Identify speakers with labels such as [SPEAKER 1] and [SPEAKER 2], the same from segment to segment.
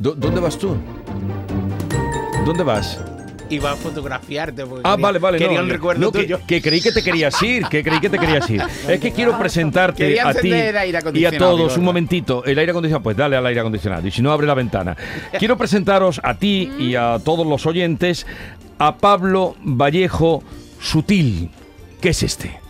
[SPEAKER 1] ¿Dó- ¿Dónde vas tú? ¿Dónde vas?
[SPEAKER 2] Iba a fotografiarte porque
[SPEAKER 1] Ah,
[SPEAKER 2] quería-
[SPEAKER 1] vale, vale.
[SPEAKER 2] quería
[SPEAKER 1] no,
[SPEAKER 2] un recuerdo
[SPEAKER 1] no, que,
[SPEAKER 2] tuyo.
[SPEAKER 1] que creí que te querías ir, que creí que te querías ir. Es que quiero presentarte
[SPEAKER 2] Quería
[SPEAKER 1] a ti
[SPEAKER 2] encender el aire
[SPEAKER 1] y a
[SPEAKER 2] acondicionado,
[SPEAKER 1] todos
[SPEAKER 2] digo,
[SPEAKER 1] un
[SPEAKER 2] ¿no?
[SPEAKER 1] momentito. El aire acondicionado, pues dale al aire acondicionado. Y si no, abre la ventana. Quiero presentaros a ti y a todos los oyentes a Pablo Vallejo Sutil. ¿Qué es este?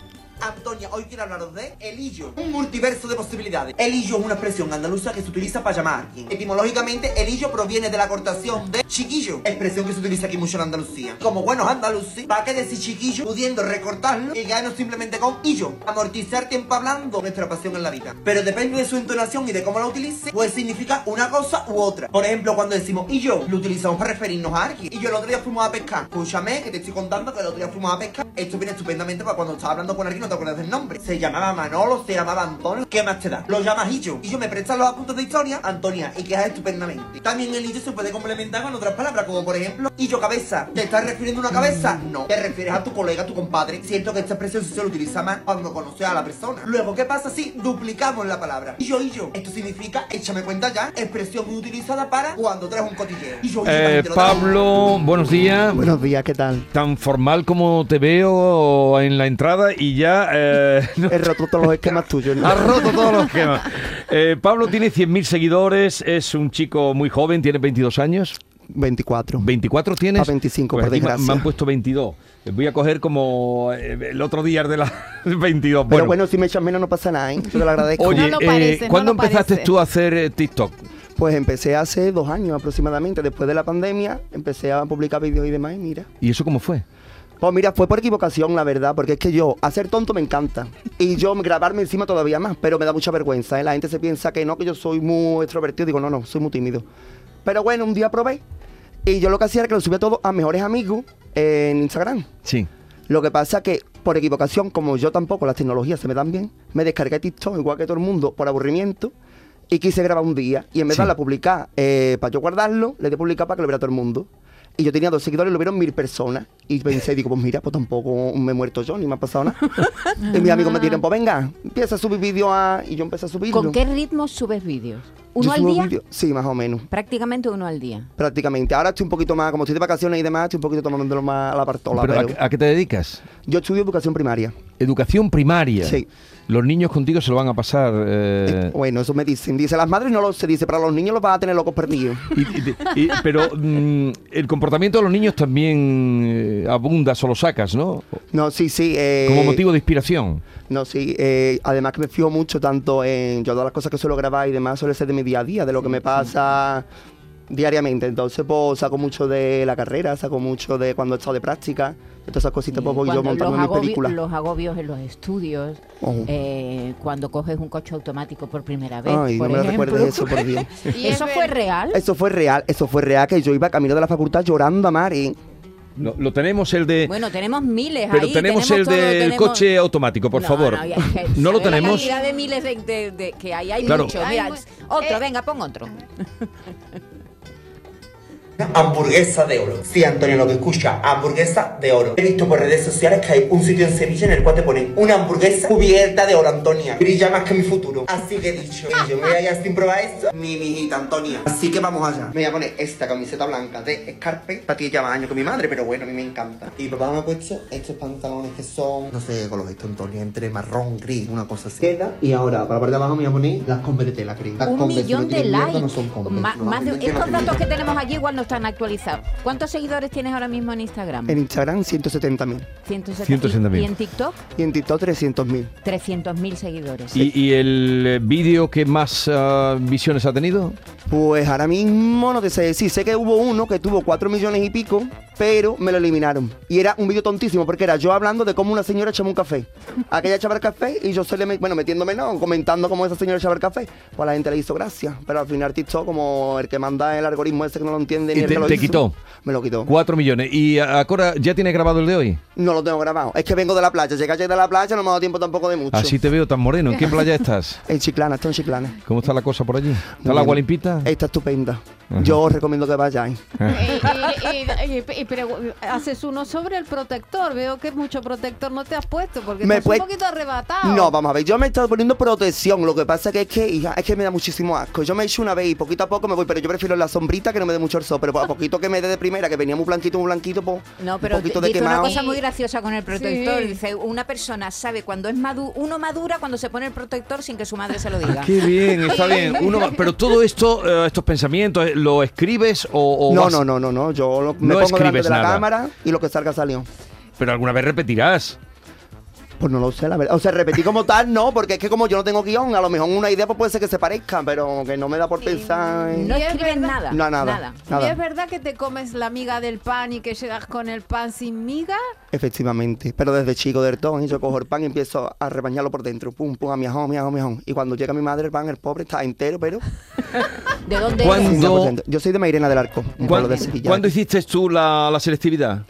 [SPEAKER 3] Antonia, hoy quiero hablaros de el hillo, un multiverso de posibilidades. El hillo es una expresión andaluza que se utiliza para llamar a alguien. Etimológicamente, el hillo proviene de la cortación de chiquillo, expresión que se utiliza aquí mucho en Andalucía. Como buenos andaluces, ¿para qué decir chiquillo pudiendo recortarlo y quedarnos simplemente con hillo? Amortizar tiempo hablando nuestra pasión en la vida. Pero depende de su entonación y de cómo la utilice, puede significar una cosa u otra. Por ejemplo, cuando decimos hillo, lo utilizamos para referirnos a alguien. Y yo el otro día fuimos a pescar. Escúchame, que te estoy contando que el otro día fuimos a pescar. Esto viene estupendamente para cuando estás hablando con alguien y no te acuerdas del nombre. Se llamaba Manolo, se llamaba Antonio. ¿Qué más te da? Lo llamas Hillo. Y yo me prestas los apuntes de historia, Antonia, y quedas estupendamente. También el Hillo se puede complementar con otras palabras, como por ejemplo, Hillo cabeza. ¿Te estás refiriendo a una cabeza? No. Te refieres a tu colega, a tu compadre. Siento que esta expresión se suele utilizar más cuando conoces a la persona. Luego, ¿qué pasa si duplicamos la palabra? Hillo, Hillo. Esto significa, échame cuenta ya, expresión muy utilizada para cuando traes un cotilleo. Hillo, hillo,
[SPEAKER 1] Eh,
[SPEAKER 3] también te lo traes.
[SPEAKER 1] Pablo, buenos días.
[SPEAKER 4] Buenos días, ¿qué tal?
[SPEAKER 1] Tan formal como te veo en la entrada y ya... eh, no-
[SPEAKER 4] He roto todos los esquemas tuyos. ¿no?
[SPEAKER 1] Ha roto todos los esquemas. Eh, Pablo tiene 100.000 seguidores, es un chico muy joven, tiene 22 años.
[SPEAKER 4] 24.
[SPEAKER 1] ¿24 tienes?
[SPEAKER 4] A 25,
[SPEAKER 1] Pues
[SPEAKER 4] por
[SPEAKER 1] aquí me- Me
[SPEAKER 4] desgracia.
[SPEAKER 1] han puesto 22. Les Voy a coger como eh, el otro día de la 22.
[SPEAKER 4] Pero bueno, si me echas menos no pasa nada, ¿eh? Yo te lo agradezco.
[SPEAKER 1] Oye,
[SPEAKER 5] No lo parece, no
[SPEAKER 1] ¿cuándo
[SPEAKER 5] lo
[SPEAKER 1] empezaste
[SPEAKER 5] parece.
[SPEAKER 1] tú a hacer eh, TikTok?
[SPEAKER 4] Pues empecé hace dos años aproximadamente, después de la pandemia, empecé a publicar vídeos y demás, y mira.
[SPEAKER 1] ¿Y eso cómo fue?
[SPEAKER 4] Pues mira, fue por equivocación, la verdad, porque es que yo, hacer tonto me encanta. Y yo grabarme encima todavía más, pero me da mucha vergüenza, ¿eh? La gente se piensa que no, que yo soy muy extrovertido. Digo, no, no, soy muy tímido. Pero bueno, un día probé. Y yo lo que hacía era que lo subía todo a mejores amigos en Instagram.
[SPEAKER 1] Sí.
[SPEAKER 4] Lo que pasa que, por equivocación, como yo tampoco las tecnologías se me dan bien, me descargué TikTok igual que todo el mundo por aburrimiento y quise grabar un día. Y en vez
[SPEAKER 1] Sí.
[SPEAKER 4] de darle a publicar eh, para yo guardarlo, le di a publicar para que lo viera todo el mundo. Y yo tenía dos seguidores, lo vieron mil personas. Y pensé, digo, pues mira, pues tampoco me he muerto yo, ni me ha pasado nada. y mis amigos me dijeron, pues venga, empieza a subir vídeos a... Y yo empecé a subirlo.
[SPEAKER 5] Ah. ¿Con qué ritmo subes vídeos?
[SPEAKER 4] Yo
[SPEAKER 5] ¿Uno al
[SPEAKER 4] subo
[SPEAKER 5] día?
[SPEAKER 4] vídeos- Sí, más o menos.
[SPEAKER 5] Prácticamente uno al día.
[SPEAKER 4] Prácticamente. Ahora estoy un poquito más, como estoy de vacaciones y demás, estoy un poquito tomándolo más a la partola.
[SPEAKER 1] Pero, ¿a,
[SPEAKER 4] pero-
[SPEAKER 1] qué- a qué te dedicas?
[SPEAKER 4] Yo estudio educación primaria.
[SPEAKER 1] Educación primaria.
[SPEAKER 4] Sí.
[SPEAKER 1] Los niños contigo se lo van a pasar. eh,
[SPEAKER 4] Bueno, eso me dicen. Dice, las madres no lo se dice, pero los niños los van a tener locos perdidos.
[SPEAKER 1] Y- y- y- pero mm, el comportamiento de los niños también eh, abunda, solo sacas, ¿no?
[SPEAKER 4] No, sí, sí. eh,
[SPEAKER 1] Como motivo de inspiración.
[SPEAKER 4] No, sí. eh, además que me fijo mucho tanto en... Yo todas las cosas que suelo grabar y demás suele ser de mi día a día, de lo que me pasa diariamente. Entonces, pues, saco mucho de la carrera, saco mucho de cuando he estado de práctica. Todas esas cositas, pues, voy yo
[SPEAKER 5] Cuando
[SPEAKER 4] montando
[SPEAKER 5] los,
[SPEAKER 4] mis
[SPEAKER 5] agobi-
[SPEAKER 4] películas.
[SPEAKER 5] los agobios en los estudios,
[SPEAKER 4] Oh.
[SPEAKER 5] eh, cuando coges un coche automático por primera vez.
[SPEAKER 4] Ay, no
[SPEAKER 5] por
[SPEAKER 4] me lo
[SPEAKER 5] ejemplo.
[SPEAKER 4] recuerdes eso, por Dios.
[SPEAKER 5] ¿Y eso fue real?
[SPEAKER 4] Eso fue real, eso fue real, que yo iba camino de la facultad llorando a mar y...
[SPEAKER 1] Lo, lo tenemos el de...
[SPEAKER 5] Bueno, tenemos miles
[SPEAKER 1] Pero
[SPEAKER 5] ahí.
[SPEAKER 1] tenemos, el
[SPEAKER 5] todo,
[SPEAKER 1] del
[SPEAKER 5] tenemos-
[SPEAKER 1] coche automático, por
[SPEAKER 5] No,
[SPEAKER 1] favor.
[SPEAKER 5] No,
[SPEAKER 1] No,
[SPEAKER 5] ya- ya-
[SPEAKER 1] lo
[SPEAKER 5] la
[SPEAKER 1] tenemos.
[SPEAKER 5] cantidad de miles de, de- de- que hay, hay
[SPEAKER 1] Claro.
[SPEAKER 5] muchos.
[SPEAKER 6] Hay
[SPEAKER 5] Mira,
[SPEAKER 6] mu-
[SPEAKER 5] otro,
[SPEAKER 6] eh.
[SPEAKER 5] venga, pon otro.
[SPEAKER 3] Hamburguesa de oro. Sí, Antonio, lo que escucha, hamburguesa de oro. He visto por redes sociales que hay un sitio en Sevilla en el cual te ponen una hamburguesa cubierta de oro, Antonia. Brilla más que mi futuro. Así que he dicho, y yo me voy a ir sin probar esto. Mi mijita, Antonia. Así que vamos allá. Me voy a poner esta camiseta blanca de escarpe. Para ti ya más año que mi madre, pero bueno, a mí me encanta. Y papá me ha puesto estos pantalones que son, no sé, con los estos, Antonia, entre marrón, gris, una cosa así. Queda. Y ahora, para la parte de abajo me voy a poner las compras de tela, gris. Las
[SPEAKER 5] Un
[SPEAKER 3] Converse,
[SPEAKER 5] millón
[SPEAKER 3] no
[SPEAKER 5] de
[SPEAKER 3] tienen mierda,
[SPEAKER 5] likes.
[SPEAKER 3] no son Converse,
[SPEAKER 5] Ma-
[SPEAKER 3] no,
[SPEAKER 5] más de-
[SPEAKER 3] no tienen
[SPEAKER 5] estos datos
[SPEAKER 3] mierda.
[SPEAKER 5] que tenemos allí igual no están actualizados. ¿Cuántos seguidores tienes ahora mismo en Instagram?
[SPEAKER 4] En Instagram, 170.000.
[SPEAKER 5] 170.
[SPEAKER 1] 170.000.
[SPEAKER 5] ¿Y en TikTok?
[SPEAKER 4] Y en TikTok, 300.000.
[SPEAKER 5] 300.000 seguidores.
[SPEAKER 1] ¿Y, y el eh, vídeo que más ah, visiones ha tenido?
[SPEAKER 4] Pues ahora mismo no te sé decir. Sé que hubo uno que tuvo 4 millones y pico, pero me lo eliminaron. Y era un vídeo tontísimo, porque era yo hablando de cómo una señora echaba un café. Aquella echaba el café y yo se le me- bueno, metiéndome, no, comentando cómo esa señora echaba el café. Pues a la gente le hizo gracia. Pero al final TikTok, como el que manda el algoritmo ese que no lo entiende
[SPEAKER 1] ¿Y
[SPEAKER 4] ni el
[SPEAKER 1] te-
[SPEAKER 4] que lo
[SPEAKER 1] te
[SPEAKER 4] hizo,
[SPEAKER 1] quitó?
[SPEAKER 4] Me lo quitó.
[SPEAKER 1] Cuatro millones. ¿Y ah, ahora ya tienes grabado el de hoy?
[SPEAKER 4] No lo tengo grabado. Es que vengo de la playa. Llegué ayer de la playa, no me ha dado tiempo tampoco de mucho.
[SPEAKER 1] Así te veo tan moreno. ¿En qué playa estás?
[SPEAKER 4] En Chiclana, estoy en Chiclana.
[SPEAKER 1] ¿Cómo está la cosa por allí? ¿Está
[SPEAKER 4] Muy
[SPEAKER 1] el agua
[SPEAKER 4] bien.
[SPEAKER 1] limpita?
[SPEAKER 4] Está estupenda. Yo os recomiendo que vayáis.
[SPEAKER 5] Y, y- y- y- y pregu- haces uno sobre el protector. Veo que mucho protector no te has puesto porque
[SPEAKER 4] Me
[SPEAKER 5] estás
[SPEAKER 4] puede-
[SPEAKER 5] un poquito arrebatado.
[SPEAKER 6] Oh.
[SPEAKER 4] No, vamos a ver, yo me he estado poniendo protección. Lo que pasa que es que, hija, es que me da muchísimo asco. Yo me he hecho una vez y poquito a poco me voy, pero yo prefiero la sombrita que no me dé mucho el sol. Pero a poquito que me dé de primera, que venía muy blanquito, muy blanquito, pues.
[SPEAKER 6] Ah. No,
[SPEAKER 4] un
[SPEAKER 6] pero
[SPEAKER 4] poquito de
[SPEAKER 6] dice una
[SPEAKER 4] quemado.
[SPEAKER 6] cosa muy graciosa con el protector.
[SPEAKER 5] Sí.
[SPEAKER 6] Dice, una persona sabe cuando es madu uno madura cuando se pone el protector sin que su madre se lo diga.
[SPEAKER 1] Qué bien, está bien. Uno va- pero todo esto, eh, estos pensamientos, eh, ¿lo escribes o, o
[SPEAKER 4] No,
[SPEAKER 1] vas-
[SPEAKER 4] no, no, no, no. Yo lo- me
[SPEAKER 1] No
[SPEAKER 4] pongo delante
[SPEAKER 1] escribes
[SPEAKER 4] de la
[SPEAKER 1] nada.
[SPEAKER 4] cámara y lo que salga salió.
[SPEAKER 1] Pero alguna vez repetirás.
[SPEAKER 4] Pues no lo sé, la verdad. O sea, repetí como tal, no, porque es que como yo no tengo guión, a lo mejor una idea pues, puede ser que se parezca, pero que no me da por pensar. en-
[SPEAKER 6] No
[SPEAKER 5] Y es
[SPEAKER 6] escribes
[SPEAKER 5] verdad.
[SPEAKER 6] nada.
[SPEAKER 4] No, nada.
[SPEAKER 5] ¿Y
[SPEAKER 4] Nada.
[SPEAKER 5] es verdad que te comes la miga del pan y que llegas con el pan sin miga?
[SPEAKER 4] Efectivamente, pero desde chico del todo, ¿eh? yo cojo el pan y empiezo a rebañarlo por dentro, pum, pum, a mi ajón, mi ajón, mi ajón. Y cuando llega mi madre, el pan, el pobre, está entero, pero...
[SPEAKER 6] ¿De dónde
[SPEAKER 1] ¿Cuándo?
[SPEAKER 6] eres?
[SPEAKER 4] 60%. Yo soy de Mairena del Arco, un pueblo
[SPEAKER 1] ¿Cuán-
[SPEAKER 4] de Sevilla.
[SPEAKER 1] ¿Cuándo hiciste tú la, la selectividad?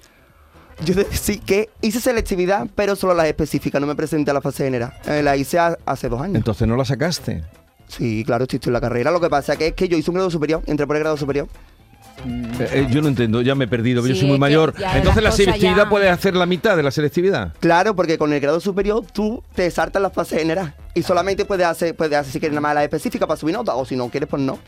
[SPEAKER 4] Yo de- sí que hice selectividad, pero solo las específicas, no me presenté a la fase general. Eh, la hice ha- hace dos años.
[SPEAKER 1] Entonces no la sacaste.
[SPEAKER 4] sí, claro, estoy estoy en la carrera. Lo que pasa que es que yo hice un grado superior, entré por el grado superior.
[SPEAKER 1] Eh, eh, yo no entiendo, ya me he perdido, yo
[SPEAKER 6] Sí,
[SPEAKER 1] soy muy
[SPEAKER 6] es que
[SPEAKER 1] mayor.
[SPEAKER 6] ya
[SPEAKER 1] Entonces la
[SPEAKER 6] las cosas
[SPEAKER 1] selectividad
[SPEAKER 6] ya-
[SPEAKER 1] puedes hacer la mitad de la selectividad.
[SPEAKER 4] Claro, porque con el grado superior tú te saltas la fase general y solamente puedes hacer, puedes hacer si quieres nada más la específica para subir nota o si no quieres, pues no.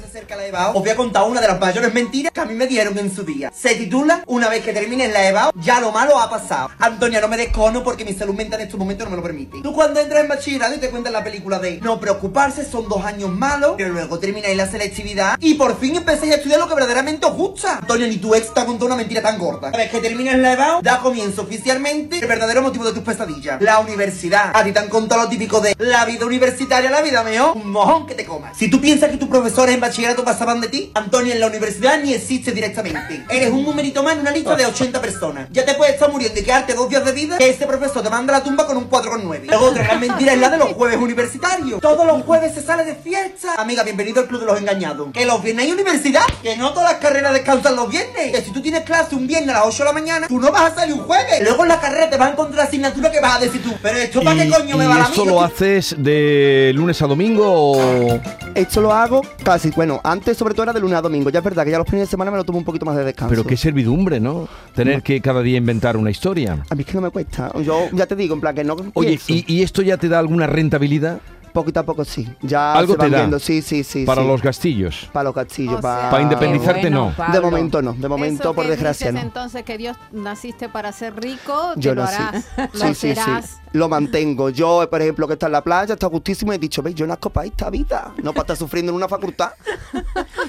[SPEAKER 3] Se acerca la EBAO. Os voy a contar una de las mayores mentiras que a mí me dijeron en su día. Se titula Una vez que termines la EBAO, ya lo malo ha pasado. Antonia, no me descono porque mi salud mental en estos momentos no me lo permite. Tú cuando entras en bachillerato y te cuentan la película de No preocuparse, son dos años malos, pero luego termináis la selectividad y por fin empecéis a estudiar lo que verdaderamente os gusta. Antonia, ni tu ex te ha contado una mentira tan gorda. Una vez que terminas la EBAO, da comienzo oficialmente el verdadero motivo de tus pesadillas. La universidad. A ti te han contado lo típico de la vida universitaria, la vida mejor. Un mojón que te comas. Si tú piensas que tus profesores en bachillerato pasaban de ti, Antonio, en la universidad ni existe directamente. Eres un numerito más en una lista de 80 personas. Ya te puedes estar muriendo y quedarte dos días de vida que ese profesor te manda a la tumba con un 4,9. La otra gran mentira es la de los jueves universitarios. Todos los jueves se sale de fiesta. Amiga, bienvenido al Club de los Engañados. Que los viernes hay universidad. Que no todas las carreras descansan los viernes. Que si tú tienes clase un viernes a las 8 de la mañana, tú no vas a salir un jueves. Luego en la carrera te vas a encontrar asignatura que vas a decir tú. Pero esto para qué
[SPEAKER 1] ¿Y-
[SPEAKER 3] coño me
[SPEAKER 1] y
[SPEAKER 3] va la
[SPEAKER 1] eso
[SPEAKER 3] vida?
[SPEAKER 1] lo haces de lunes a domingo o...?
[SPEAKER 4] Esto lo hago casi, bueno, antes sobre todo era de lunes a domingo, ya es verdad que ya los fines de semana me lo tomo un poquito más de descanso.
[SPEAKER 1] Pero qué servidumbre, ¿no? Tener que cada día inventar una historia.
[SPEAKER 4] A mí es que no me cuesta, yo ya te digo, en plan que no
[SPEAKER 1] Oye,
[SPEAKER 4] pienso.
[SPEAKER 1] ¿y, y esto ya te da alguna rentabilidad
[SPEAKER 4] Poquito a poco sí, ya
[SPEAKER 1] Algo
[SPEAKER 4] se van
[SPEAKER 1] te da
[SPEAKER 4] viendo, sí, sí, sí.
[SPEAKER 1] para
[SPEAKER 4] sí. Ah,
[SPEAKER 1] los gastillos?
[SPEAKER 4] Para los castillos,
[SPEAKER 5] O sea,
[SPEAKER 4] para...
[SPEAKER 1] Para
[SPEAKER 5] Qué
[SPEAKER 1] independizarte, no. De
[SPEAKER 5] Pablo.
[SPEAKER 4] De momento no, de
[SPEAKER 5] Eso
[SPEAKER 4] momento por
[SPEAKER 5] que
[SPEAKER 4] desgracia
[SPEAKER 5] dices
[SPEAKER 4] no.
[SPEAKER 5] entonces que Dios naciste para ser rico, te
[SPEAKER 4] Yo
[SPEAKER 5] lo
[SPEAKER 4] no sé.
[SPEAKER 5] harás, lo
[SPEAKER 4] Sí, sí,
[SPEAKER 5] serás.
[SPEAKER 4] sí. Lo mantengo. Yo, por ejemplo, que está en la playa, está justísimo y he dicho, veis, yo nazco para esta vida, no para estar sufriendo en una facultad.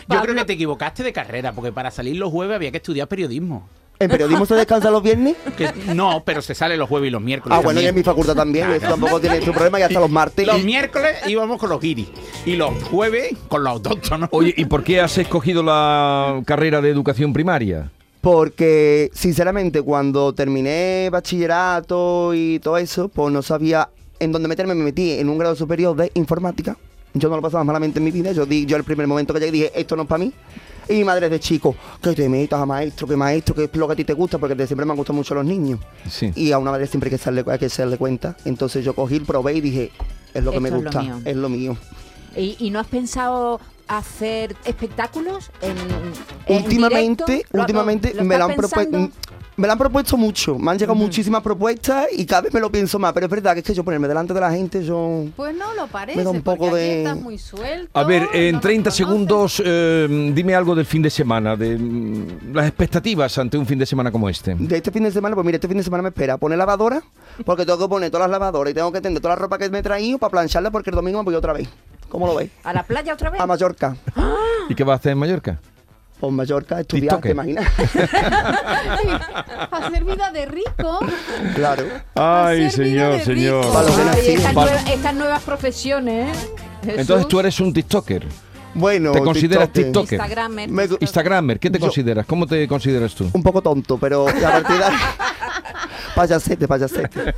[SPEAKER 2] Yo creo que te equivocaste de carrera, porque para salir los jueves había que estudiar periodismo.
[SPEAKER 4] ¿En periodismo se descansa los viernes?
[SPEAKER 1] Pues
[SPEAKER 2] Que- no, pero se sale los jueves y los miércoles.
[SPEAKER 4] Ah, bueno, y en
[SPEAKER 2] también.
[SPEAKER 4] mi facultad también, eso tampoco tiene su problema, y hasta los martes.
[SPEAKER 2] Los miércoles íbamos con los guiris y los jueves con los autóctonos.
[SPEAKER 1] Oye, ¿y por qué has escogido la carrera de educación primaria?
[SPEAKER 4] Porque, sinceramente, cuando terminé bachillerato y todo eso, pues no sabía en dónde meterme. Me metí en un grado superior de informática. Yo no lo pasaba malamente en mi vida. Yo di, yo el primer momento que llegué dije, esto no es para mí. Y mi madre de chico, que te metas a maestro, que maestro, que es lo que a ti te gusta, porque de siempre me han gustado mucho los niños.
[SPEAKER 1] Sí.
[SPEAKER 4] Y a una madre siempre hay que darle, hay que darle cuenta. Entonces yo cogí, probé y dije, es lo que me
[SPEAKER 6] Esto es lo
[SPEAKER 4] gusta,
[SPEAKER 6] mío.
[SPEAKER 4] es lo mío.
[SPEAKER 6] ¿Y, y no has pensado hacer espectáculos en, en
[SPEAKER 4] últimamente,
[SPEAKER 6] directo? ¿Lo- lo-
[SPEAKER 4] últimamente
[SPEAKER 6] lo
[SPEAKER 4] me, lo
[SPEAKER 6] estás
[SPEAKER 4] han propue-
[SPEAKER 6] pensando?
[SPEAKER 4] m- me lo han propuesto mucho, me han llegado muchísimas propuestas y cada vez me lo pienso más, pero es verdad que es que yo ponerme delante de la gente, yo...
[SPEAKER 5] Pues no lo parece,
[SPEAKER 4] Me da un poco
[SPEAKER 5] porque aquí
[SPEAKER 4] de-
[SPEAKER 5] estás muy suelto.
[SPEAKER 1] A ver,
[SPEAKER 5] no
[SPEAKER 1] en
[SPEAKER 5] nos
[SPEAKER 1] 30
[SPEAKER 5] conoces.
[SPEAKER 1] segundos, eh, dime algo del fin de semana, de mm, las expectativas ante un fin de semana como este.
[SPEAKER 5] Ah.
[SPEAKER 4] De este fin de semana, pues mira, este fin de semana me espera poner lavadora, porque tengo que poner todas las lavadoras y tengo que tender toda la ropa que me he traído para plancharla porque el domingo me voy otra vez. ¿Cómo lo veis?
[SPEAKER 6] ¿A la playa otra vez?
[SPEAKER 4] A Mallorca.
[SPEAKER 1] ¿Y qué vas a hacer en Mallorca?
[SPEAKER 4] Pues Mallorca, estudiar, ¿te
[SPEAKER 1] TikToker.
[SPEAKER 4] imaginas?
[SPEAKER 5] Hacer vida de rico.
[SPEAKER 4] claro.
[SPEAKER 5] Ay, Hacer vida señor, de señor. rico.
[SPEAKER 4] Para los
[SPEAKER 6] Ay,
[SPEAKER 4] venacidos.
[SPEAKER 6] estas,
[SPEAKER 1] Para-
[SPEAKER 6] nuevas, estas nuevas profesiones, ¿eh?
[SPEAKER 1] Entonces tú eres un TikToker,
[SPEAKER 4] Bueno,
[SPEAKER 1] ¿Te consideras TikToker?
[SPEAKER 6] Instagramer.
[SPEAKER 4] Me-
[SPEAKER 1] Instagramer, ¿qué te
[SPEAKER 4] Yo-
[SPEAKER 1] consideras? ¿Cómo te consideras tú?
[SPEAKER 4] Un poco tonto, pero a partir de ahí- Payasete, payasete.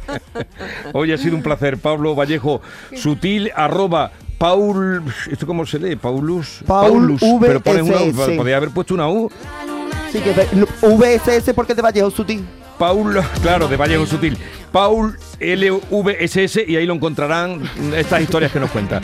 [SPEAKER 1] Hoy ha sido un placer, Pablo Vallejo, sutil, arroba, Paul... ¿Esto cómo se lee? Paulus.
[SPEAKER 4] Paul
[SPEAKER 1] pero pones una U,
[SPEAKER 4] VSS.
[SPEAKER 1] podría haber puesto una U.
[SPEAKER 4] Sí, que ve- no, VSS porque te Vallejo Sutil.
[SPEAKER 1] Paul, claro, de Vallejo Sutil. Paul LVSS y ahí lo encontrarán estas historias que nos cuenta.